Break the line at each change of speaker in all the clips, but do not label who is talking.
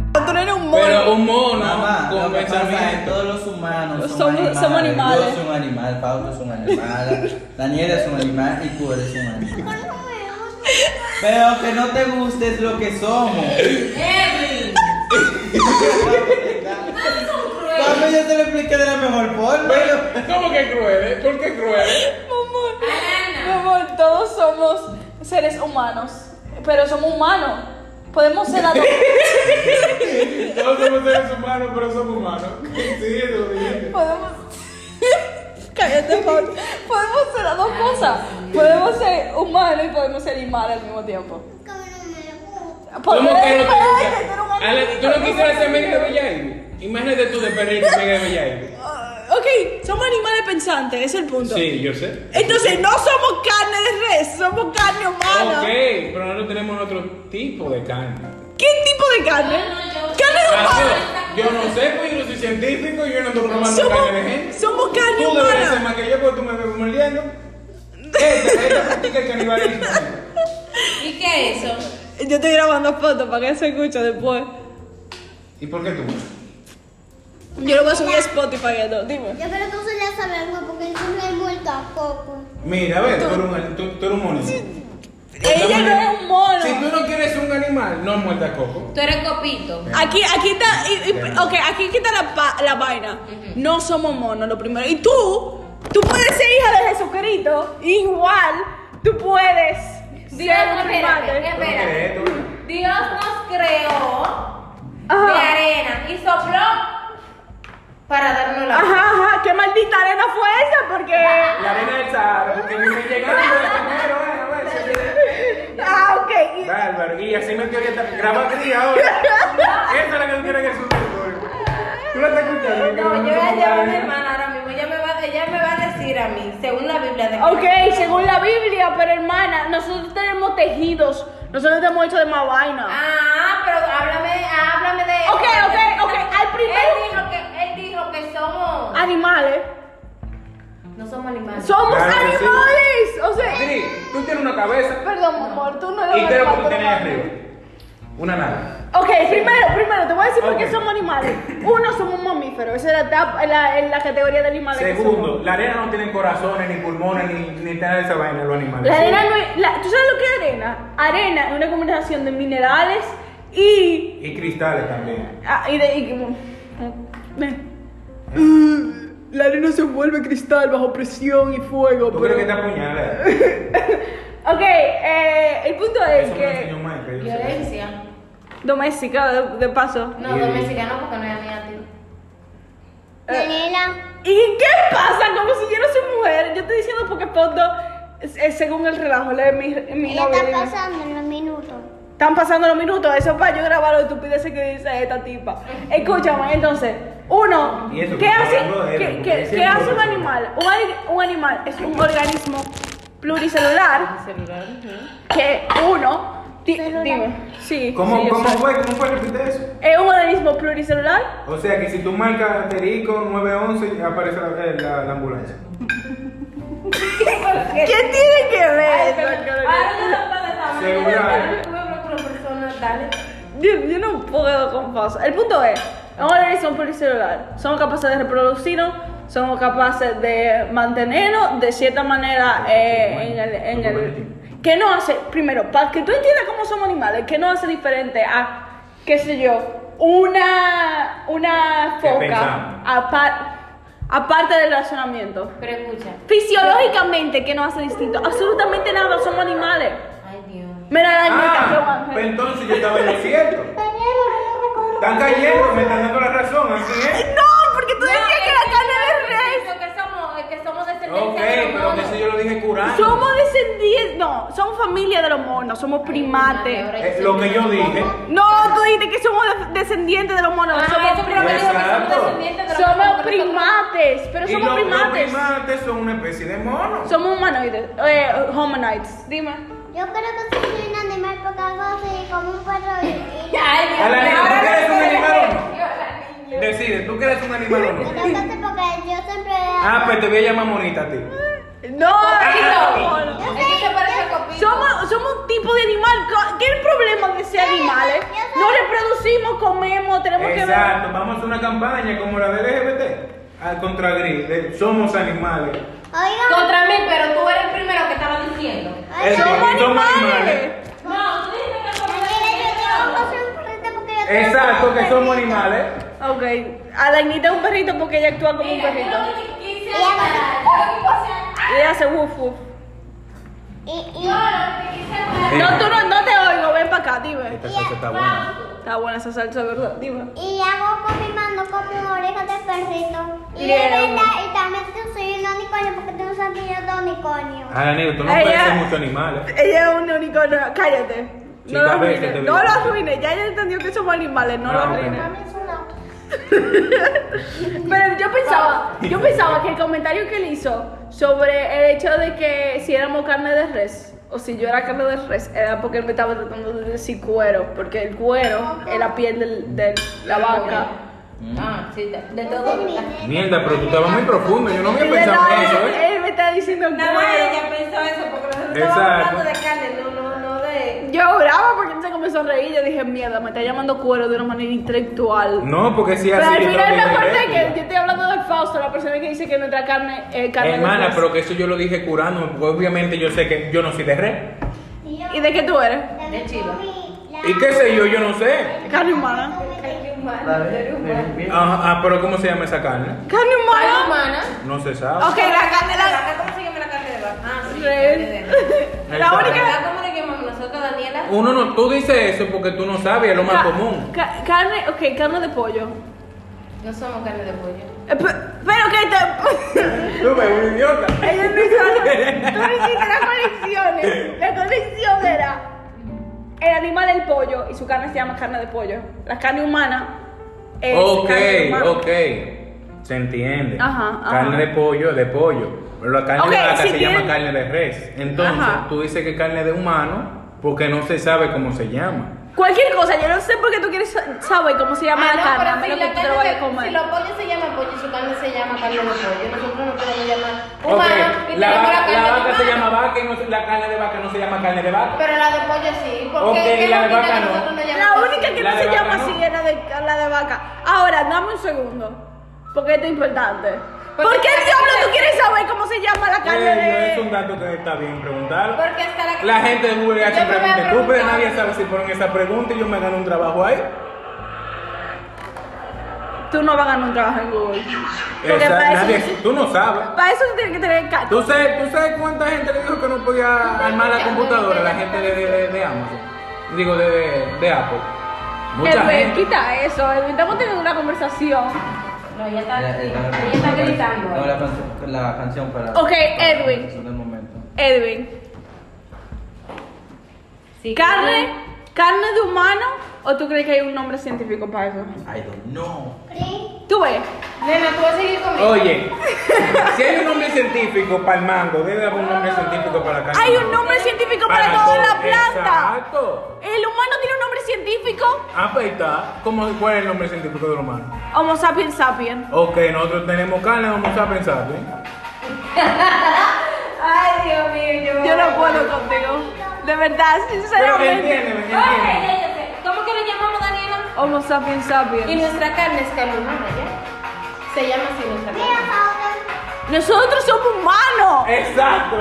un mono.
Pero un mono
Mamá,
con
lo que pasa es que
pensamiento.
todos los humanos son
Somos-
animales.
somos animales.
Yo soy un animal, Pablo es un animal, Daniela es un animal y tú eres un animal. Pero que no te guste es lo que somos.
Evelyn.
Pablo ya te lo expliqué de la mejor forma. yo-
¿Cómo que cruel? eh? ¿Por qué cruel?
Mamá,
Alana.
mamá, todos somos seres humanos, pero somos humanos. Podemos ser adultos.
Todos somos seres humanos, pero somos humanos. Sí, eso lo dije.
Podemos. Cállate, por favor. Podemos ser las dos cosas. Podemos ser humanos y podemos ser animales al mismo tiempo.
¿Cómo que no te
Ay, ser
gusta?
humano.
Ale, ¿Tú no quisieras ser medio de Bellaire? Imagínate tú de perrito medio de Bellaire.
Ah, Ok, somos animales pensantes, ese es el punto.
Sí, yo sé.
Entonces, no somos carne de res, somos carne humana.
Ok, pero nosotros tenemos otro tipo de carne.
¿Qué tipo de carne?
No, no, yo-
carne de humana.
Ah, yo, yo no sé, pues yo no soy científico, yo no ando probando
Somos,
carne de gente.
somos carne
Tú debes ser
humana.
más que yo porque tú me ves mordiendo. Esta, esta práctica de canibalismo.
¿Y qué es eso?
Yo estoy grabando fotos para que se escuche después.
¿Y por qué tú?
Yo lo voy a subir a Spotify, ¿no? dime.
Yo creo que eso ya sabemos porque yo no he muerto a poco.
Mira, a ver, tú eres un, tú, tú eres un mono.
Ella no es un mono.
Si tú no quieres un animal, no muerda coco.
Tú eres copito.
Aquí, aquí está, y- y- ok, aquí está la, pa- la vaina. No somos monos, lo primero. Y tú, tú puedes ser hija de Jesucristo, igual tú puedes
Dios,
ser un
espérate,
primate.
espérate.
Tú no crees,
Dios nos creó de
Ajá.
arena y sopló para darnos la vida.
Ajá, ajá, qué maldita arena fue esa, porque...
La arena del Sahara, porque yo me llegando de primero, eh,
Ah, ok.
a ver, Bárbaro, y así me quería grabar aquí ahora. Esa es la que tú quieres que suba el gol. ¿Tú la estás escuchando? Que
No,
somos
yo voy a llevar a mi
arena.
hermana ahora mismo. Ella me, va, ella me va a decir a mí, según la Biblia de
Ok, según la Biblia, pero hermana, nosotros tenemos tejidos, nosotros tenemos hecho de más vaina.
Ah, pero háblame, háblame de eso.
Ok, ok, Ah, ok, al
Él
primer
dijo que, él dijo que somos.
animales,
No somos animales.
somos
Claro que sí.
animales, o sea,
Adri, tú tienes una cabeza
perdón, amor, tú no eres
y
un
qué es lo que tú
animal,
tienes
pero-
arriba. Una nave.
Ok, primero, primero, te voy a decir por qué
Ok.
somos animales. Uno, somos mamíferos, esa es la, etapa- la, la categoría de animales que
Segundo,
somos.
la arena no tiene corazones, ni pulmones, ni, ni nada de esa vaina, los animales.
La arena no es, la- ¿tú sabes lo que es arena? Arena es una combinación de minerales y
Y cristales también.
Ah, y de. y como- Uh, la arena se vuelve cristal bajo presión y fuego.
¿Tú
pero-
crees que te apuñala?
Ok, eh, el punto es
Eso me lo enseñó
que.
Mike. yo sé.
Violencia.
Doméstica, de, de paso.
No, doméstica no, porque no es amiga tuya.
Eh,
Daniela,
¿Y qué pasa? Como si yo no soy mujer. Yo estoy diciendo porque fondo, según el relajo, lee mi, mi
ella está
novela.
pasando en los minutos.
Están pasando los minutos, eso es para yo grabar los estupideces que dice esta tipa. Escúchame, entonces, uno,
Y eso,
¿qué
que
hace,
hablando de él,
qué-
porque
qué-
es
qué
cierto
hace un
eso.
animal? Un, ani- un animal es un organismo pluricelular que uno, di-
Celular.
digo, sí,
¿Cómo,
sí, yo
cómo
sé.
fue? ¿Cómo fue? ¿Repite eso?
es un organismo pluricelular,
O sea que si tú marcas asterisco 911, aparece la, eh, la- la ambulancia.
¿qué tiene que
Ay,
ver?
pero-
eso con el-
Ahora yo no puedo esa
Seguro,
manera.
eh.
Yo hablo con las personas, dale.
Yo, yo no puedo con paso. El punto es, ahora eres un pluricelular. Somos capaces de reproducirnos, somos capaces de mantenernos de cierta manera eh, en el... En el que no hace, primero, para que tú entiendas cómo somos animales, que no hace diferente a, qué sé yo, una, una
¿Qué
foca
pensamos?
apar- aparte del razonamiento.
Pero escucha.
Fisiológicamente, que no hace distinto? Absolutamente nada, somos animales.
Ay, Dios.
Mira la arañita, qué
Ah,
guapa.
pero entonces yo estaba en lo cierto. Están cayendo, me están dando la razón, así es.
No, porque tú decías que la carne de res.
Que somos, que somos descendencia
Ok,
de los
pero que
monos.
eso yo lo dije curando.
Somos descendientes, no, somos familia de los monos, somos primates.
Eh, lo que yo dije.
No, tú dijiste que somos de- descendientes de los monos,
Ah,
somos
eso fue lo que dijo, que somos
Exacto.
descendientes de los monos,
Somos
pero nosotros-
primates, pero
Y
somos
los- los
primates.
primates son una especie de monos.
Somos humanoides, eh, hominoides, dime.
Yo creo que soy un animal porque hago así como un perro y... y-
Ay, Dios.
Alani, ¿tú
ahora
quieres
no
un
sé
animal
qué
o no?
decir, Alani.
Decide, ¿tú crees un animal o no?
Entonces porque yo siempre...
Ah, pues te voy a llamar monita a ti.
No,
Ah, Copito.
Yo
Ah, no.
Eso Este se
soy-
parece a
yo-
copito.
somos, somos un tipo de animal. ¿Qué es el problema de ser animales? Nos reproducimos, comemos, tenemos
Eh,
que
Exacto, vamos a hacer una campaña como la E de LGBT al contra gris, de somos animales.
Oigan,
Contra mí, pero tú eres el primero que estaba diciendo.
ver.
Es que
oigan.
Somos
somos
animales.
No, tú dices
Mira, yo
que
tengo un perrito porque yo tengo
Exacto, que somos
perrito.
animales.
Ok, Alainita es un perrito porque ella actúa como un
Mira,
perrito.
yo lo que quise
Ella no-
aclarar, yo lo que quise aclarar-
Y ella hace woof woof.
Y, y,
yo lo que quise aclarar-
Sí.
No, tú no, no te oigo, ven para acá, dime.
Esta salsa está buena.
Está buena esa salsa, ¿verdad? Dime.
y hago con mi mano como orejas de perrito. Y de
Bien.
verdad, y también tú soy un unicornio porque tú usas anillos de unicornio.
Ah, Daniel, tú no
Ella-
pareces mucho eh. animales.
Ella es un unicornio. Cállate. No
Chica,
lo
ve, que te
arruines.
digo.
No lo arruines. Ya ella entendió que somos animales. No lo
Ah, ok.
arruines.
Mami es una.
Pero yo pensaba, yo pensaba que el comentario que él hizo sobre el hecho de que si éramos carne de res o si yo era carne de res era porque él me estaba tratando de decir cuero, porque el cuero es la piel del- de Ah, la vaca.
Ah, sí, de, de
Yo
todo.
terminé.
Mierda, pero tú estabas muy profundo, yo no
Y
había
él,
pensado en eso,
él,
¿eh?
él me está diciendo
Nada más
cuero.
ella pensó eso porque nosotros
Exacto.
estábamos hablando de carne, no, no, no de.
Yo oraba porque él se comenzó a reír. Yo dije, mierda, me está llamando cuero de una manera intelectual.
No, porque si es
Pero
así.
al
yo
final me
también
acordé
estoy
que yo
ridícula.
estoy hablando de Fausto, la persona que dice que nuestra carne es carne de
Hermana,
res.
pero que eso yo lo dije curándome, porque obviamente yo sé que yo no soy de red.
Y yo
¿Y de qué tú eres?
también
De Chiva.
comí la-
¿Y qué sé yo? Yo no sé.
Carne humana.
Carne humana, de humana.
Dale.
Ajá, ah, pero ¿cómo se llama esa carne?
Carne
Carne
humana.
humana.
No se sabe.
Ok, la carne,
de
la,
vaca, ¿cómo se llama la carne de vaca? Ah,
Res.
sí. carne de vaca.
Ahí
la
está.
¿De
única.
verdad cómo le llamamos nosotros, Daniela?
Uno no, tú dices eso porque tú no sabes, es lo más
ca-
común.
ca- carne, ok, carne de pollo.
Uh.
No somos carne de pollo.
Eh, pe- Pero que te.
Tú me un idiota.
Ellos no hicieron. Tú no hiciste las conexiones. La conexión era. El animal el pollo y su carne se llama carne de pollo. La carne humana. Es
Ok,
carne humana.
ok. Se entiende.
Ajá, ajá.
Carne de pollo, de pollo. Pero la carne de
Ok,
vaca
si
se
tiene-
llama carne de res. Entonces,
Ajá.
tú dices que carne de humano porque no se sabe cómo se llama.
Cualquier cosa, yo no sé por qué tú quieres sa- saber cómo se llama la
Ah, no,
carne, a
pero
menos
si la
que tú te lo
carne
vayas
se-
a comer.
Si los pollos se llaman pollo y su carne se llama carne de pollo, nosotros no podemos llamar
Ok,
humana y
La,
tenemos
vaca, la
carne de
vaca se
humano.
llama vaca y no se- la carne de vaca no se llama carne de vaca.
Pero la de pollo sí, porque
Ok,
¿qué
y la de
nos quita
vaca
que
no.
nosotros nos
La
llamemos
única
así?
que
La
no
de
se
vaca,
llama
¿no?
así era de, la de vaca. Ahora, dame un segundo, porque esto es importante.
Porque
¿Por qué
la
diablo
gente-
tú quieres saber cómo se llama la carne
Eh, no, Es un
de...?
dato que está bien preguntarlo.
Porque hasta la
La gente de Google hace
Yo me voy a
preguntas
preguntar.
estúpidas, nadie sabe si ponen esa pregunta y yo me gano un trabajo ahí.
Tú no vas a ganar un trabajo en Google. Porque
Esa-
para,
nadie-
eso,
tú no sabes.
para eso tú tienes que tener ca-
¿Tú sabes, ¿Tú sabes cuánta gente le dijo que no podía armar la computadora? La gente de, de, de- de Amazon. Digo, de, de, de Apple. Mucha
Edwin,
gente.
quita eso. Edwin, estamos teniendo una conversación.
No, ella está,
Era- era-
ella está gritando.
No, la, canción- la canción para.
Ok,
para
Edwin.
la canción del momento.
Edwin,
Sí,
¿carne, ¿carne de humano o tú crees que hay un nombre científico para eso?
I don't know.
Cri-
Tú ves.
Nena, tú vas a seguir conmigo.
Oye, si hay un nombre científico para el mango, debe haber un nombre científico para la carne.
Hay un nombre científico para, toda
todo.
la planta.
Exacto.
El humano tiene un nombre científico.
Ah, pues ahí está. ¿Cómo, ¿Cuál es el nombre científico del humano?
Homo sapiens sapiens.
Ok, nosotros tenemos carne, vamos a pensar, ¿eh?
Ay, Dios mío, yo.
Yo no puedo contigo. De verdad,
Pero
sinceramente.
entiéndeme, entiéndeme.
Ok, ya, ya sé. ¿Cómo que le llamamos Daniela?
Homo sapiens
Y
sapiens.
nuestra carne es carne humana, ¿ya? Se llama así nuestra
Mira,
carne.
Paula.
Nosotros somos humanos.
Exacto.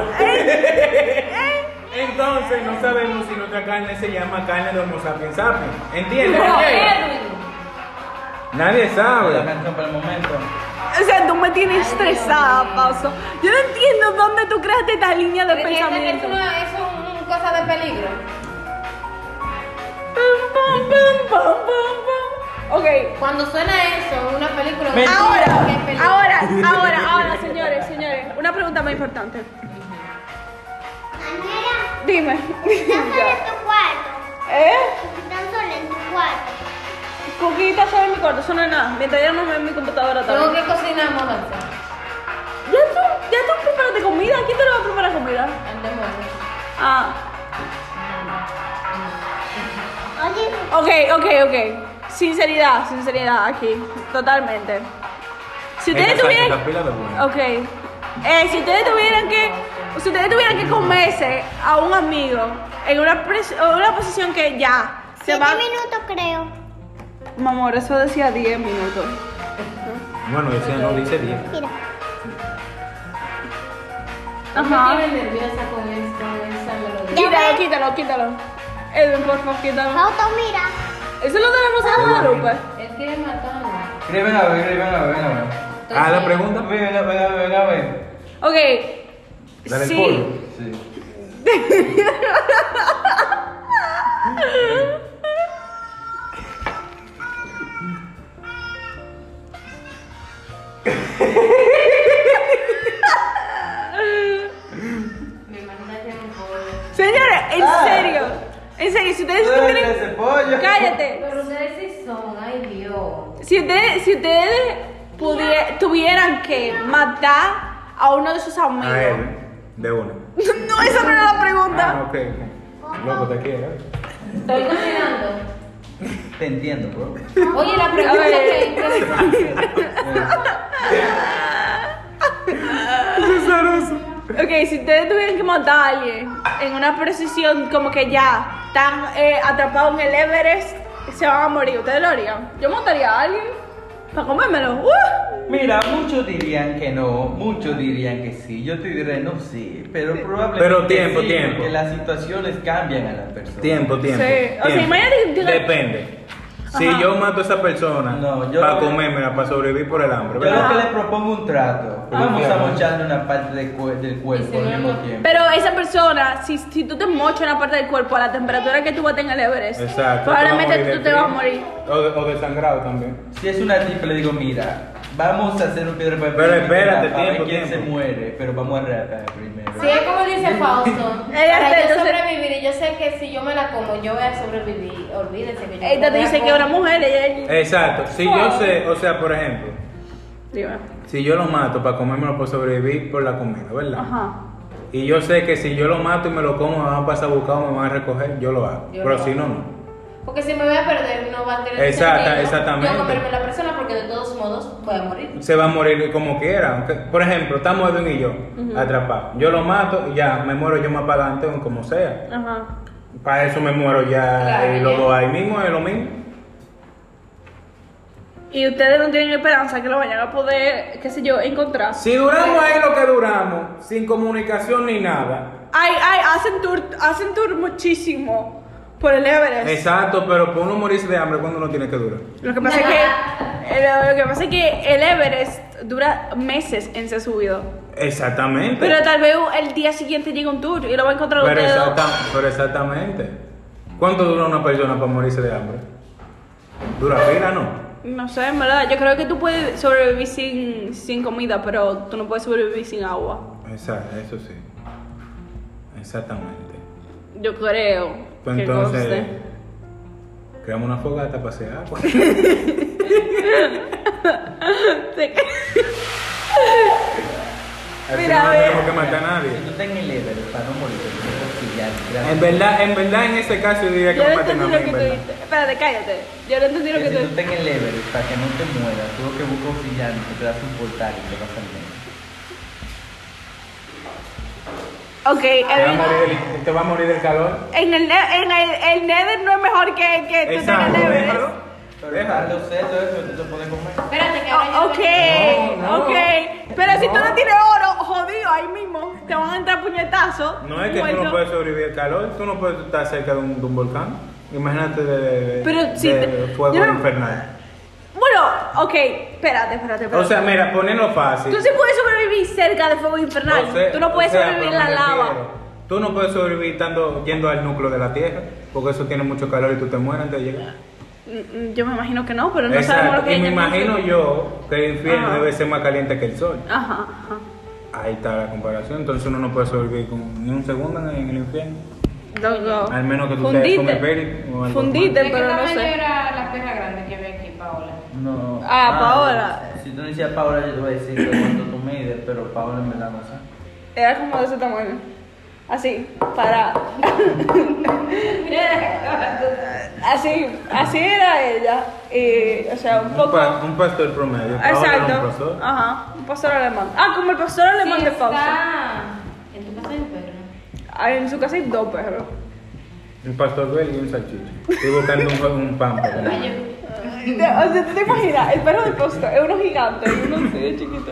Entonces no sabemos si nuestra carne se llama carne de Homo sapiens sapiens. ¿Entiendes?
Pero,
Ok.
Edwin.
Nadie
La
sabe.
canción para el momento.
O sea, tú me tienes estresada, Pauso. Yo no entiendo dónde tú creaste esta línea de
¿entiendes que
pensamiento.
Eso no es un- un cosa de peligro.
Pum, pum, pum, pum, pum, pum. Ok.
Cuando suena eso en una película.
Mentira.
Ahora,
¿qué es peligro?
ahora, ahora, ahora, señores, señores. Una pregunta muy importante.
Daniela,
Dime.
están solo en tu cuarto.
¿Eh?
Están solo en tu cuarto.
Coquita solo en mi cuarto, eso no es nada. Mientras yo no veo mi computadora
Tengo
también.
que cocinar mojarse.
Ya tú, ya tú prepárate comida. ¿Quién te lo va a preparar comida?
Al demonio.
Ah,
Oye,
ok, ok, ok. Sinceridad, sinceridad aquí, totalmente. Si ustedes
Esta salsa
tuvieran.
está pila de buena.
Ok. Eh, si ustedes tuvieran que. Si ustedes tuvieran que comerse a un amigo en una, pres- en una posición que ya se
siete
va.
minutos creo.
Mi amor, eso decía 10 minutos.
Bueno, decía no dice 10.
Mira.
Ajá.
Me tiene nerviosa con esta, con esa melodía.
Quítalo, quítalo, quítalo. Edwin, por favor, quítalo.
Auto, mira.
Eso lo tenemos a Guadalupe.
Él quiere matarla.
Ven a ver, ven a ver, ven a ver.
Ah, la pregunta.
Ven, ven a ver, ven a ver, ven a ver.
Ok.
Dale el polvo.
Sí.
Sí.
Mi hermana tiene un pollo.
Señores, en
Ah.
serio. En serio, si ustedes no
Duele
tienen.
ese pollo.
Cállate.
Pero ustedes sí son, ay Dios.
Si ustedes, si ustedes pudie- tuvieran que matar a uno de sus amigos.
A él, de una.
No, esa no era la
Ah,
pregunta.
ok. ok. Loco, te quiero.
Estoy cocinando.
Te entiendo, bro.
Oye, la
A
pregunta
ver.
que que-
Ok, si ustedes tuvieran que matar a alguien en una precisión como que ya están eh, atrapados en el Everest, se van a morir, ¿ustedes lo harían? Yo mataría a alguien para comérmelo. ¡Uh!
Mira, muchos dirían que no, muchos dirían que sí. Yo te diré no, sí, pero probablemente.
Pero tiempo,
sí,
tiempo.
Porque las situaciones cambian a las personas.
Tiempo, tiempo.
Sí, o sea,
tiempo.
imagínate que-
Depende. Si
Ajá.
yo mato a esa persona
No, yo-
para comérmela, para sobrevivir por el hambre,
Yo
¿verdad?
lo que le propongo un trato.
Ah.
Vamos a mocharle una parte del, cue- del cuerpo al mismo tiempo.
Pero esa persona, si, si tú te mochas una parte del cuerpo a la temperatura que tú vas a tener en el Everest,
Exacto.
probablemente tú
te
te vas a morir.
O, de- o desangrado también.
Si es una tipa, le digo, mira, vamos a hacer un piedra papel.
Pero espérate,
para ver
tiempo,
quién
tiempo.
se muere, pero vamos a rapear primero.
Sí, es como dice Fausto.
Ella está-
Para yo
entonces-
sobrevivir, y yo sé que si yo me la como, yo voy a sobrevivir. Olvídense que yo
Ella te
me la
dice que
como.
una mujer, ella...
Exacto. Si yo sé, o sea, por ejemplo,
Dime.
si yo lo mato para comérmelo, para sobrevivir por la comida, ¿verdad?
Ajá.
Y yo sé que si yo lo mato y me lo como, me van a pasar a buscar o me van a recoger, yo lo hago.
Yo
Pero
lo
si
hago.
no, no.
Porque si me voy a perder, no va a tener
Exacta-
sentido
exactamente.
Yo comerme la persona porque de todos modos voy a morir.
se va a morir como quiera. aunque- por ejemplo, estamos Edwin y yo atrapados. Yo lo mato y ya me muero yo más para adelante o como sea.
Ajá.
Para eso me muero ya
Claro,
y los
ya.
dos ahí mismo es lo mismo.
Y ustedes no tienen esperanza que lo vayan a poder, qué sé yo, encontrar.
Si duramos ahí lo que duramos, sin comunicación ni nada.
Ay, ay, hacen tour, hacen tour muchísimo por el
Pues
Everest.
Eh. Exacto, pero por uno morirse de hambre cuando no tiene que durar.
Lo que pasa es que eh, lo que pasa es que el Everest dura meses en ser subido.
Exactamente.
Pero tal vez el día siguiente llega un tour y lo va a encontrar
Pero
ustedes dos.
exacta- pero exactamente. ¿Cuánto dura una persona para morirse de hambre? Dura pila, ¿no?
No sé, en verdad, yo creo que tú puedes sobrevivir sin, sin comida, pero tú no puedes sobrevivir sin agua.
Exacto, eso sí. Exactamente.
Yo creo.
Pues
que
entonces,
conste.
creamos una fogata para hacer agua. eh.
Sí.
Al
Mira,
final no
a ver.
tenemos que matar a nadie.
Si tú estás en el Everest, para no morir,
En verdad, en verdad, en este caso yo diría que
Yo no
no maten a
entendí lo que
nadie, en
tú
verdad.
dijiste. Espérate, cállate. Yo no entendí lo que
Que
tú
si tú estás en el Everest, para que no te mueras, tú lo que buscas es auxiliante, te das un portal y te vas al medio.
Ok,
Te va a
Edwin,
morir del, te va a morir del calor.
en el, ne- en el, el Nether no es mejor que, que tú tengas
Exacto,
el Everest.
déjalo.
Pero para
Déjalo.
los setos, eso, tú te puedes comer.
Espérate, que ahora
O-
yo.
Oh, ok,
No, no.
ok. Pero si tú
No.
no tienes oro, jodido, ahí mismo te van a entrar puñetazos.
No es que tú
muerto.
no puedes sobrevivir al calor, tú no puedes estar cerca de un, de un volcán. Imagínate de, de-
Pero si
de
te-
fuego
yo no-
infernal.
Bueno, ok, espérate, espérate, espérate.
O sea, mira, ponerlo fácil.
tú sí puedes sobrevivir cerca de fuego infernal.
O sea-
tú no puedes
o sea,
sobrevivir en la
pero me
lava.
refiero, Tú no puedes sobrevivir estando yendo al núcleo de la Tierra, porque eso tiene mucho calor y tú te mueres antes de llegar.
Mm, mm, Yo me imagino que no, pero no sabemos lo
Exacto.
que
Y
hay
me
en el
imagino
mundo.
yo que el infierno
Ajá.
debe ser más caliente que el sol.
Ajá, ajá.
Ahí está la comparación. Entonces uno no puede sobrevivir con ni un segundo en en el infierno.
Loco.
Al menos que tú te
Fundite.
comes peli o algo
Fundite,
¿De qué
pero no
tamaño
sé.
era la perra grande que ve aquí, Paola?
No.
Ah, Paola.
Si tú no decías Paola, yo te voy a decir que cuando tú me dices, pero Paola en verdad no sé.
Era como de ese tamaño. Así, para. así, así era ella. Y, o sea, un
Un,
poco.
pa- un pastor promedio. Paola era un
Exacto.
pastor.
Ajá, un pastor alemán. Ah, como el pastor alemán
Sí,
de Fausto.
está. En tu casa hay un perro.
Ah, En su casa hay dos perros.
Un pastor belga y un salchicho. Estoy buscando un, un pan.
Ay, yo-
O sea, ¿tú te imaginas? El perro del costo es uno gigante y uno se ve chiquito.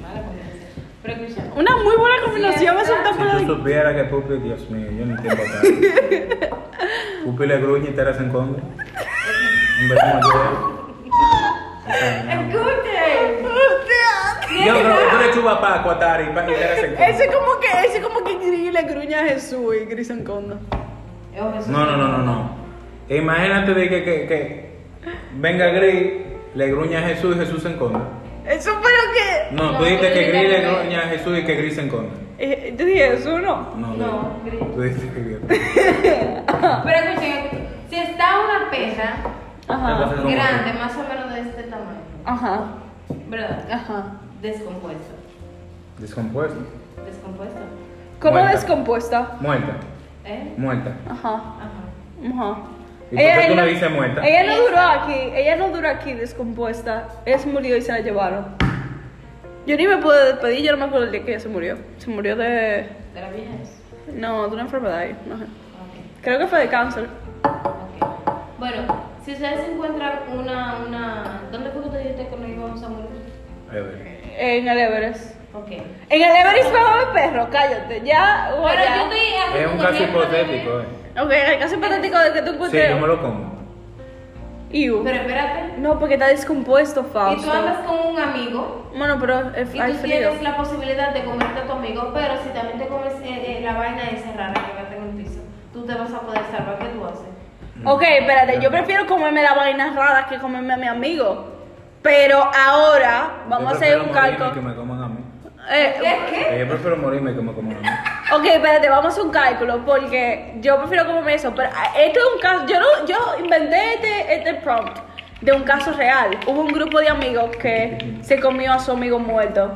Mala combinación. Pero escucha,
Una muy buena combinación, es un
Si tú
tapón.
supieras que Pupi, Dios mío, yo ni tengo tanto. Pupi le gruñe y te en contra. Un beso más grande.
eh.
escuchen.
Yo creo que tú le chupas Paco a Tari y te
Ese
en contra.
es como que, ese es como que Gris le gruña a Jesús y Gris en condo.
Yo, Jesús.
No, no, no, no, no. Imagínate de que, que, que venga Gris, le gruña a Jesús y Jesús se encontra.
Eso pero que.
No,
No,
tú dijiste
yo
que
dije
Gris
que
le
no.
gruña a Jesús y que Gris se encontra.
eh, yo dije Jesús no.
No,
No,
Gris.
Gris.
Tú dijiste que Gris.
Pero escuchen, si está una perra
Ajá.
Como-
Ah, grande, más o menos de este tamaño,
Ajá.
¿verdad?
Ajá.
Descompuesta.
Descompuesto.
Descompuesta.
¿Cómo
Muerta.
descompuesta?
Muerta,
¿Eh?
muerta.
Ajá.
Ajá.
Ajá.
¿Y por qué tú no dices muerta?
Ella no duró aquí, ella no duró aquí descompuesta. Ella se murió y se la llevaron. Yo ni me pude despedir, yo no me acuerdo el día que ella se murió. Se murió de.
¿De la viejas?
No, de una enfermedad, no sé.
Ok.
Creo que fue de cáncer.
Ok. Bueno, si ustedes encuentran una, una... ¿Dónde fue que te dijiste que nos íbamos a morir?
Ay, güey.
En el Everest.
Ok.
En el Everest fue el perro, cállate. Ya,
Pero
bueno, ya.
yo estoy
Es
haciendo
un caso
ejemplo de-
hipotético, eh.
Ok, el caso hipotético de que tú
Pues
Sí,
encuentres.
yo me lo como.
Iu.
Pero espérate.
No, porque está descompuesto,
Y tú
Fausto.
andas con un amigo
Bueno, pero eh,
y
hay
tú
frío.
tienes la posibilidad de comerte a tu amigo, pero si también te comes eh, eh, la vaina esa rara que va en el piso, tú te vas a poder salvar. ¿Qué tú haces?
Mm.
Ok, espérate, yo prefiero comerme la vaina rara que comerme a mi amigo. Pero ahora vamos a
Yo
hacer
prefiero
un
morirme
cálculo.
Que me coman a mí.
Eh,
¿Qué?
Eh, Yo prefiero morirme que me coman a mí.
ok, espérate, vamos a hacer un cálculo porque yo prefiero comerme eso. Pero ah, esto es un caso, yo, no, yo inventé este, este prompt de un caso real. Hubo un grupo de amigos que se comió a su amigo muerto.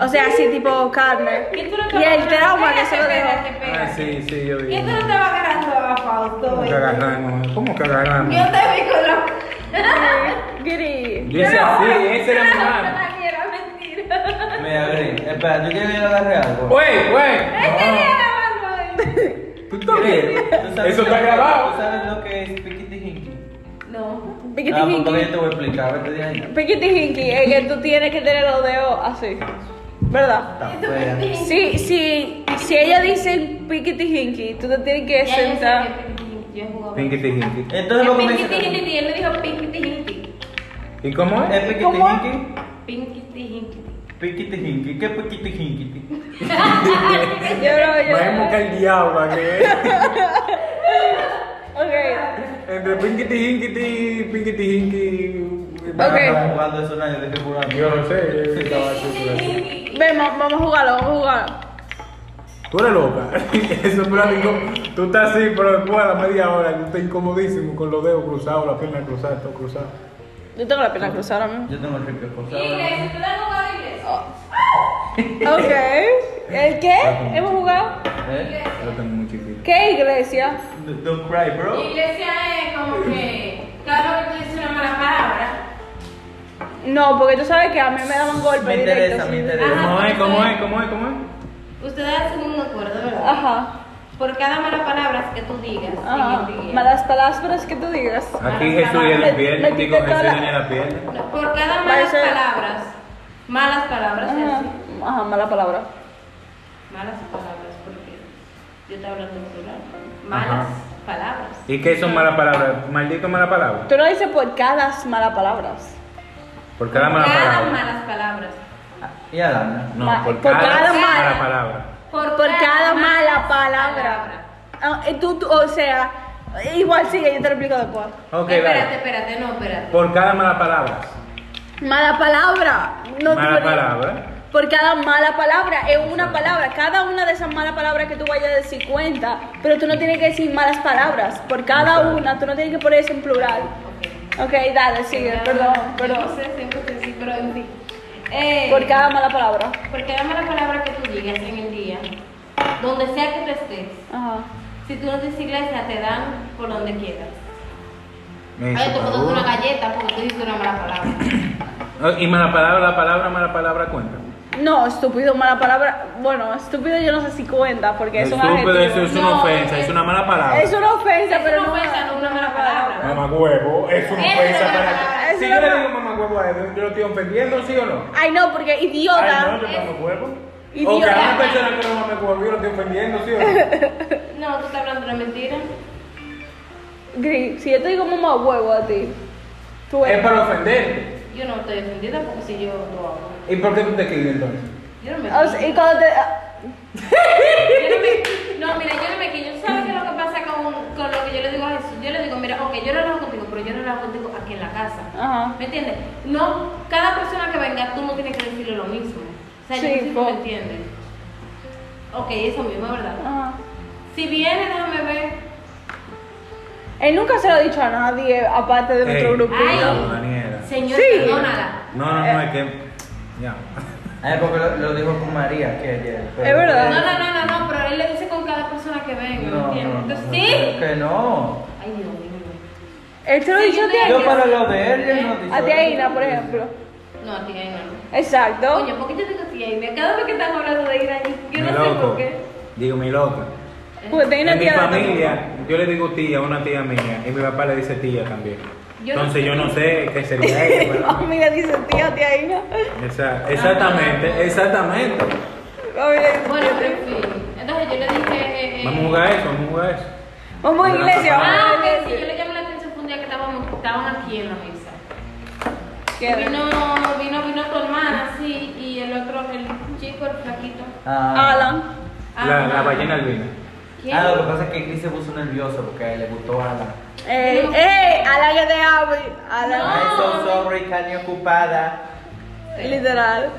O sea, así tipo carne.
¿Quién tú no te
Y
vas a
el
agarrar?
trauma que se lo
Espérate,
dejó.
espérate,
Ah,
espérate.
sí, sí, yo vi.
¿Quién tú no te vas agarrando a
¿Cómo
Fausto?
que agarramos? ¿Cómo que agarramos?
Yo te vi con la...
Gris.
Yo hice así, ese era Ah. mi mano.
Ay, era mentira.
Mira, Gris, espera, yo quiero ir a agarrar algo.
¡Wey, wey!
Es que era malo, eh.
¿Tú estás bien?
¿Tú sabes
Eso está
lo-
grabado.
¿Tú sabes lo que es piquiti hinky?
No.
Piquiti
Ah, pues todavía
hinky.
te voy a explicar, vete de ahí.
Piquiti hinky es que tú tienes que tener los dedos así. ¿Verdad?
Está fuera.
Sí, sí, si ella dice piquiti hinky, tú te tienes que
Ya yo sé
sentar.
que Pinky Yo jugaba.
Pinkity hinky.
Entonces vos
Pinky
comenzar.
Tinky, él me dijo Pinky Tinky.
¿Y cómo
¿Es
es?
piquiti
¿Cómo?
hinky?
Pinky Tinky.
Piquiti hinky, ¿qué piquiti hinky?
Yo lo
Vemos que
yo.
el diablo, que es.
Ok.
Entre Pinkity Hinkity, Pinkity Hinky.
Ok.
Jugando eso, nadie te juro.
Yo no sé, yo estaba así, por así.
Tinky.
Ven, va- vamos a jugarlo, vamos a jugarlo.
Tú eres loca. Eso es para Tú estás así, pero después a la media hora, tú estás incomodísimo con los dedos cruzados, la pierna cruzada, todo cruzado.
Yo tengo la pierna cruzada ahora mismo.
Yo tengo el ripio por favor.
Inglés, ¿tú has jugado inglés?
Ok. ¿El qué? ¿Hemos jugado?
¿Eh?
Yo lo tengo muy chiquito.
¿Qué iglesia?
Don't cry, bro.
Iglesia es como que cada vez que tú dices una mala palabra.
No, porque tú sabes que a mí me daban golpes
Me
directos.
interesa, me
sí.
interesa.
¿Cómo es? ¿Cómo es? ¿Cómo es? ¿Cómo es?
Ustedes hacen un acuerdo, ¿verdad?
Ajá.
Por cada mala palabra que tú digas
Ajá.
en el día.
Malas palabras que tú digas.
Aquí Jesús y la pierna, digo Jesús y la pierna.
No, Por cada malas
Parece-
palabras. Malas palabras,
Ajá,
¿sí?
ajá, mala palabra.
Malas palabras, porque yo te hablo en plural. Malas
Ajá.
palabras.
¿Y qué son malas palabras? Maldito mala palabra.
Tú no dices por cada mala palabras.
Por cada mala
cada
palabra.
malas palabras.
Y Alana.
No,
Ma-
por
por
cada
cada
mala
mala-
palabra.
Por, cada mala palabra. Ah, eh, tú- tú, o sea, igual sí, yo te lo explico después.
Ok,
espérate,
dale.
espérate, no, espérate.
Por cada mala palabra.
Mala palabra. No te
Mala
pones-
palabra.
Por cada mala palabra, es una palabra. Cada una de esas malas palabras que tú vayas a decir cuenta, pero tú no tienes que decir malas palabras. Por cada
Exacto.
una, tú no tienes que poner eso en plural. Ok, dale, sigue, perdón,
Yo No
perdón.
sé, siempre te sí, pero en fin. Eh,
Por cada mala palabra.
por cada mala palabra que tú digas en el día, donde sea que tú estés,
Ajá.
si tú no dices iglesia, te dan por donde quieras.
Me
Ay,
dice,
te puedo dar una
"Favor".
galleta porque tú dices una mala palabra.
Oh, Y mala palabra, la palabra, mala palabra cuenta.
No, estúpido, mala palabra. Bueno, estúpido yo no sé si cuenta, porque es un
Estúpido,
adjetivo.
eso es una
No,
ofensa, es una mala palabra.
Es una ofensa,
Es
pero
una
no
ofensa, no una mala
mamagüevo es una
Esa
ofensa
es la
para.
palabra.
Esa
Si
es
yo
la
le digo
palabra.
mamagüevo a él, yo lo estoy ofendiendo, ¿sí o no?
Ay, no, porque
Ay, no,
idiota.
yo mamagüevo. O que
Idiota.
a una persona que no mamagüevo, yo lo estoy ofendiendo, ¿sí o no?
No, tú estás hablando de mentira.
Gris, si yo te digo mamá huevo a ti, tú
Es
eres.
para ofender.
Yo no estoy ofendida porque si yo lo hago.
¿Y por qué tú te quedas entonces?
Yo no me
O sea, y cuando te.
Yo no, me- no, mira, yo no me quillo. ¿Sabes qué es lo que pasa con, con lo que yo le digo a Jesús? Yo le digo, mira, ok, yo no lo hago contigo, pero yo no lo hago contigo aquí en la casa.
Ajá.
¿Me entiendes? No, cada persona que venga, tú no tienes que decirle lo mismo. O sea, yo
Sí,
no sé si tú
po.
me entiendes. Ok, eso mismo, es ¿verdad?
Ajá.
Si viene, déjame ver.
Él nunca se lo ha dicho a nadie aparte de nuestro
Ey.
grupo.
Ay,
Cuidado, Daniela.
señor,
Sí.
perdónala.
No, no, no, es que. Ya.
Ay, porque lo, lo dijo con María que ayer. pero- pues,
Es verdad.
No, no, no, no, no, pero él le dice con cada persona que venga, ¿me
No,
entiendes?
no, no,
Entonces,
no,
¿sí?
Que no.
Ay, Dios mío.
Él se lo ha
Sí,
dicho a ti.
yo
Yo para lo de él, yo no dice-
A ti, Aina, por ejemplo.
No, a ti, ay, no.
Exacto.
Coño, ¿por qué yo digo tía Aina? Cada vez que estamos hablando de Aina, yo
mi
no sé
loco.
por qué.
Digo, mi loca.
Porque tenía una
En mi
tía de-
familia, yo le digo tía a una tía mía y mi papá le dice tía también.
Yo no-
Entonces yo no sé qué sería ella.
A
pero-
mí le dice tía, tía Aina.
Esa- exactamente, exactamente.
A mí le dice-
Bueno, en fin. Entonces yo le dije. eh, eh,
Vamos a jugar eso, vamos a jugar eso.
Vamos a iglesia, vamos
Ah,
a
ok, sí, yo
iglesia.
le llamé la atención fue un día que estábamos, estaban aquí en la mesa.
¿Quién?
Vino, vino, vino tu hermana, sí, y el otro, el chico, el flaquito.
Ah,
Alan.
La, la
Ah,
ballena albina.
¿Quién?
Ah, lo que pasa es que Chris se puso nervioso porque le gustó Alan.
Eh, eh, Alan es de Abby. Alan.
I'm so sorry, Kanye ocupada.
Literal.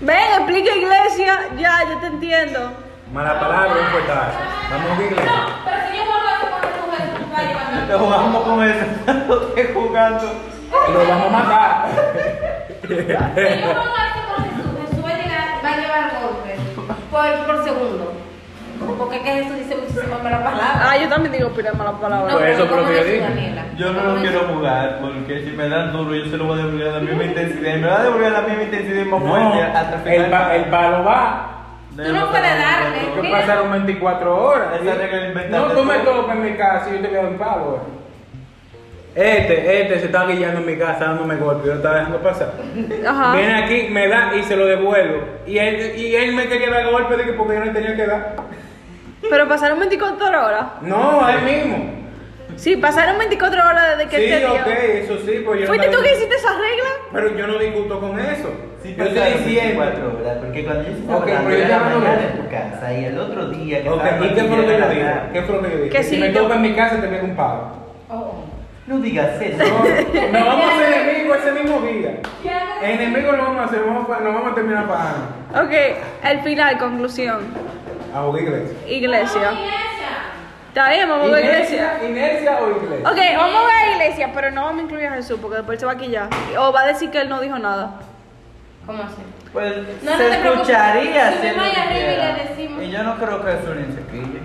Ven, explica iglesia. Ya, yo te entiendo.
Mala palabra, un puertazo. Vamos a jugar iglesia.
No, pero si yo vuelvo a poner tu mujer, va a llevarme.
Lo jugamos con eso, que jugando.
Lo vamos a matar.
Si yo pongo esto con Jesús, Jesús va a llegar, va a llevar golpe por, por segundo. Porque es que Jesús dice muchísimas malas palabras.
Ah, yo también digo pura mala palabra.
Pues eso fue lo que yo dije.
Yo no lo quiero jugar porque si me dan duro yo se lo voy a devolver a la misma intensidad y me va a devolver a la misma intensidad y más fuerte hasta
No,
final.
el, pa- el palo va.
Tú no puedes darle.
Lo que pasaron 24 horas.
Esa regla inventada
No
de
tú me
todo.
toques en mi casa y yo te quedo en palo. eh. Este, este se está guillando en mi casa dándome golpes, yo lo estaba dejando pasar.
Ajá.
Viene aquí, me da y se lo devuelvo. Y él, y él me quería dar golpe de que porque yo no le tenía que dar.
Pero pasaron 24 horas.
No, a él mismo.
Sí, pasaron 24 horas desde que
Sí,
te dio.
ok, eso sí, pues yo no
¿Fuiste tú
estaba-
que hiciste esa regla?
Pero yo no discuto con eso.
Sí,
yo estoy diciendo.
cuatro horas, porque cuando yo estaba
Ok,
hablando,
pero yo
era
ya no lo
mañana
veo.
en tu casa y el otro día que
Ok,
estaba
¿y qué fue lo que yo
era
dije?
nada.
¿Qué fue lo que yo dije?
Que
si
sí,
me
yo-
toca en mi casa te pego un palo.
Oh,
No digas eso.
No, nos vamos a hacer enemigos ese mismo día. Enemigos no vamos a hacer, vamos a- nos vamos a terminar pagando.
Ok, el final, conclusión.
A jugar iglesia.
Iglesia. Está bien, vamos a ver iglesia.
inercia o iglesia.
Ok, vamos a ver iglesia, pero no vamos a incluir a Jesús porque después se va a quillar. O va a decir que él no dijo nada.
¿Cómo así?
Pues
No, no
se
te preocupes.
escucharía si
Subimos
él
ahí arriba y
dijera.
le decimos.
Y yo no creo que eso ni se quille.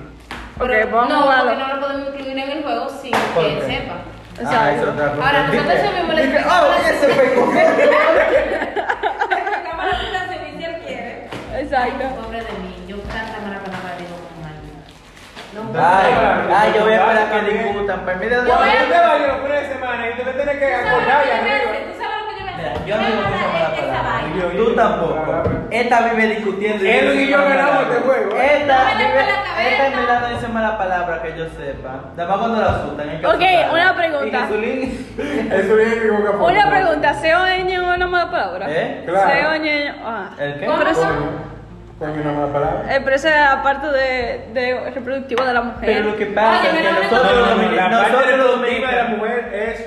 Ok, vamos
no,
a
porque
jugarlo.
no lo podemos incluir en el juego sin
¿Por
que
qué?
él sepa.
Ah,
Exacto.
eso es otra cosa.
Ahora, nosotros
Dije-
subimos la
dije,
expectativa.
"Oh, ese pecó".
Cámara la servicio quiere.
Exacto.
Pobre de mí, yo tanta mala palabra digo con alguien. No,
Ay,
no.
ay, yo voy a esperar que discutan. Pues mira,
Yo
no,
voy
yo-
a te baño los fines de semana y te me tienes que
¿Tú sabes
acordar y
lo que yo
arreglar.
me hice? ¿Tú sabes lo que yo me
Mira,
hice?
yo no digo que
Nada,
sea mala
esa
palabra.
vaina.
Tú tampoco. Esta vive discutiendo.
Edwin y yo ganamos este juego, ¿eh?
Esta
No me
vive.
des con la cabeza.
Esta en verdad no dice mala palabra que yo sepa. Nada más cuando la asustan. hay que
Ok,
asustarla.
una pregunta.
Y Jesulín-
Eso es que boca por
Una
boca.
pregunta, ¿se oye una mala palabra?
¿Eh?
Claro.
¿Se oye? Ah.
¿El qué?
Pero eso,
Coño, coño, una mala palabra.
eh, pero esa es la parte de, de reproductiva de la mujer.
Pero lo que pasa es
Oye,
que
pero no me
nosotros los
toques.
la
dominicanos.
parte
Nosotros los
reproductiva de la
dominicanos.
mujer es.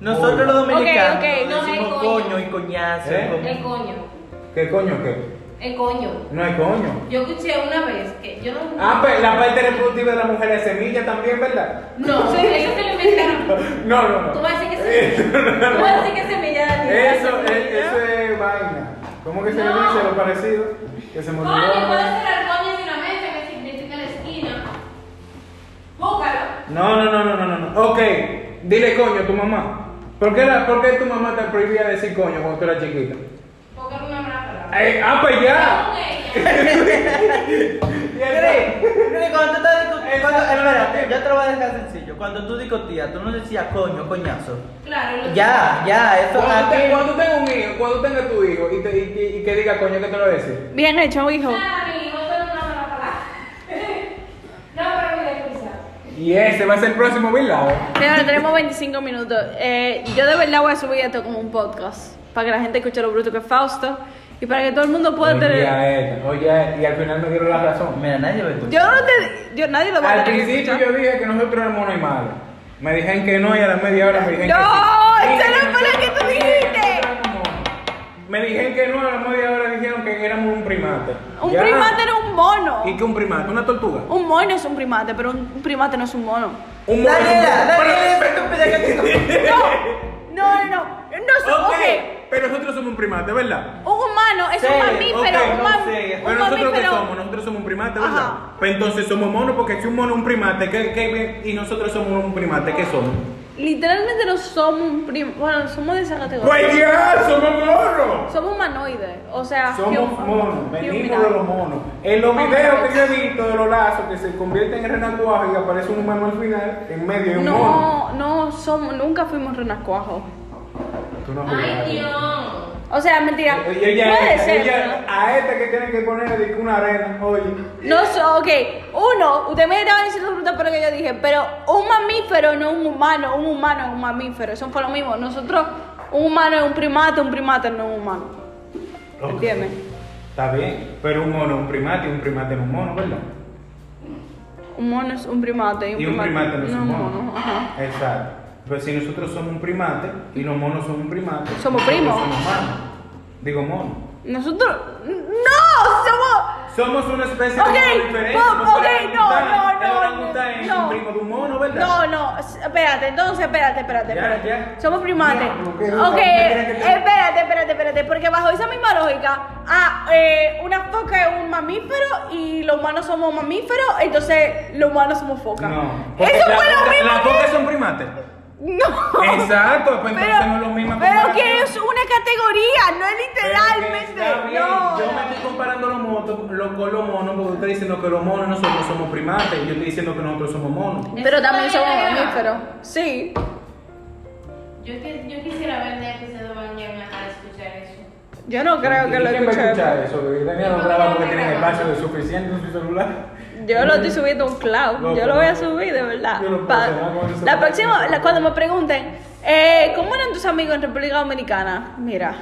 Nosotros los
Ok, ok,
dominicanos.
no,
decimos
el coño.
coño y coñazo.
¿Eh?
como-
El coño.
¿Qué coño qué?
El coño.
No hay coño.
Yo escuché una vez que yo no.
Ah, pues la parte reproductiva de la mujer es semilla también, ¿verdad?
No, eso se lo inventaron.
No, no,
Tú
no.
vas a decir que se. Tú vas a decir que se me llama.
Eso es, eso es vaina. ¿Cómo que se le
No.
dice lo parecido? Que se me olvidó.
Coño, puede ser el coño de una mesa que significa la esquina. Búscalo.
No, no, no, no, no, no, no. Ok, dile coño a tu mamá. ¿Por qué, la- por qué tu mamá te prohibía decir coño cuando tú eras chiquita?
Porque es una mala palabra.
Eh, ¡Ah, pues ya!
Con ella.
Y el-
Mire, mire, cuando tú estás discutiendo, cuando- espera,
cuando tú discutías, tú no decías coño, coñazo.
Claro, lo-
Ya, ya, eso
Cuando, te-
aquí.
cuando tenga un hijo, cuando tenga tu hijo y, te, y, y- y que diga coño que te lo decir.
Bien hecho, hijo.
Claro, mi hijo, solo una sola palabra. No, pero mira, escucha.
Y ese va a ser el próximo Bilao.
Señores, tenemos 25 minutos. Eh, yo de verdad voy a subir esto como un podcast. Para que la gente escuche lo bruto que es Fausto. Y para que todo el mundo pueda
Oye,
tener.
a esta, oye, a esta, y al final me dieron la razón.
Mira, nadie ve
Yo no te. Yo, nadie lo va
Al
a tener que
principio
escuchar.
yo dije que nosotros éramos unos malos. Me dijeron que no y a la media hora me dijeron que
No,
sí.
eso
Dije
no fue lo que tú
nosotros- dije
dijiste.
nosotros éramos monos. Me dijeron que no, a la media hora dijeron que éramos un primate.
Un
Ya.
primate no es un mono.
¿Y qué un primate? ¿Una tortuga?
Un mono es un primate, pero un un primate no es un mono.
Un mono.
Daniela, Daniela,
Pero-
estúpida que tú-
No, no, no. No, no
Ok,
ok.
pero nosotros somos un primate, ¿verdad?
Un humano es un
Sí,
mamífero.
ok,
un
no
mam-
sé.
un
Pero nosotros qué
mamífero-
somos, nosotros somos un primate, ¿verdad?
Ajá.
Pues entonces somos monos porque si un mono es un primate, ¿qué, qué- y nosotros somos un primate, ¿qué somos?
Literalmente no somos un prim... Bueno, somos de esa categoría.
Pues ya, somos monos.
Somos humanoides, o sea,
Somos
human-
monos, venimos
humanidad.
de los monos. En los videos que yo he visto de los lazos que se convierten en renacuajo y aparece un humano al final, en medio de un mono.
No, no somos, nunca fuimos renacuajos.
Tú no juegas.
Ay, Dios.
O sea, mentira.
Ella- ella-
Puede ser.
ella-
¿no?
a esta que tienen que ponerle de que una arena, oye.
No, so- ok. Uno, usted me estaba diciendo fruta, pero que yo dije, pero un mamífero no es un humano, un humano es un mamífero, eso fue lo mismo. Nosotros, un humano es un primate, un primate no es un humano. ¿Entiendes?
Está bien, pero un mono es un primate y un primate no es un mono, ¿verdad?
Un mono es un primate y un,
Y un primate no es un mono.
ajá.
Exacto. Pero si nosotros somos un primate y los monos son un primate.
Somos
nosotros
primos.
Somos humanos. Digo mono.
Nosotros, no, somos...
Somos una especie
Ok,
de diferente.
po-
como
ok,
el
no,
orangután.
no, no,
El orangután es
no.
un primo de un mono, ¿verdad?
No, no, s- espérate, entonces espérate, espérate,
Ya,
espérate.
ya.
Somos primates.
Ya, lo que es,
ok,
¿no quieres que te-
espérate, espérate, espérate, porque bajo esa misma lógica, ah, eh, una foca es un mamífero y los humanos somos mamíferos, entonces los humanos somos focas.
No. porque
Eso
la
fue lo
foca-
mismo.
Las
que-
focas son primates.
No.
Exacto, pues entonces
Pero,
no es lo mismo
pero
comparar-
que es una categoría, no es
Pero
literalmente.
que está bien,
no.
Yo me estoy comparando los monos lo- con los monos porque usted está diciendo que los monos nosotros no somos primates. y Yo estoy diciendo que nosotros somos monos.
Pero también
Eso
somos
está bien.
mamíferos. Sí.
Yo, que- yo quisiera ver de que se lo mañana a escuchar eso.
Yo no creo que lo
¿Quién va a
escuché.
escuchar eso? Que Daniel no graba porque tienen espacio de suficiente en su celular.
Yo lo estoy subiendo a un cloud.
Loco,
yo lo voy a
loco.
subir, de verdad.
Yo no puedo
Pa-
cerrar con ese
la
celular.
próxima, la- cuando me pregunten, eh, ¿cómo eran tus amigos en República Dominicana? Mira,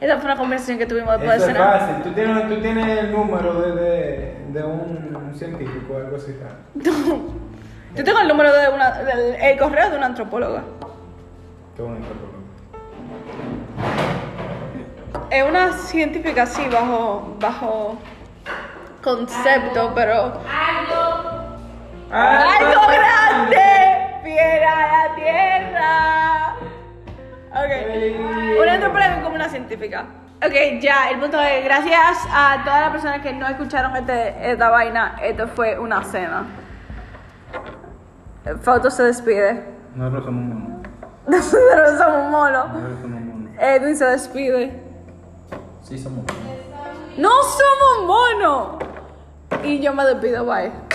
esa fue una conversación que tuvimos
Eso
después
es
de cenar.
fácil. Tú tienes, tú tienes el número de, de, de un, un científico o algo así. ¿sabes?
Yo tengo el número de una, del- el correo de una antropóloga.
Qué bonito, por
Es una científica así, bajo, bajo concepto, pero.
Algo.
lo menos.
¡Algo grande! ¡Fiera a la tierra! Ok. Una antropóloga como una científica. Ok, ya, el punto es, gracias a todas las personas que no escucharon este- esta vaina, esto fue una cena. Foto se despide.
Nosotros somos monos.
Nosotros somos monos.
Nosotros somos monos.
Edwin se despide.
Sí, somos.
¡No somos monos! Y yo me despido, bye.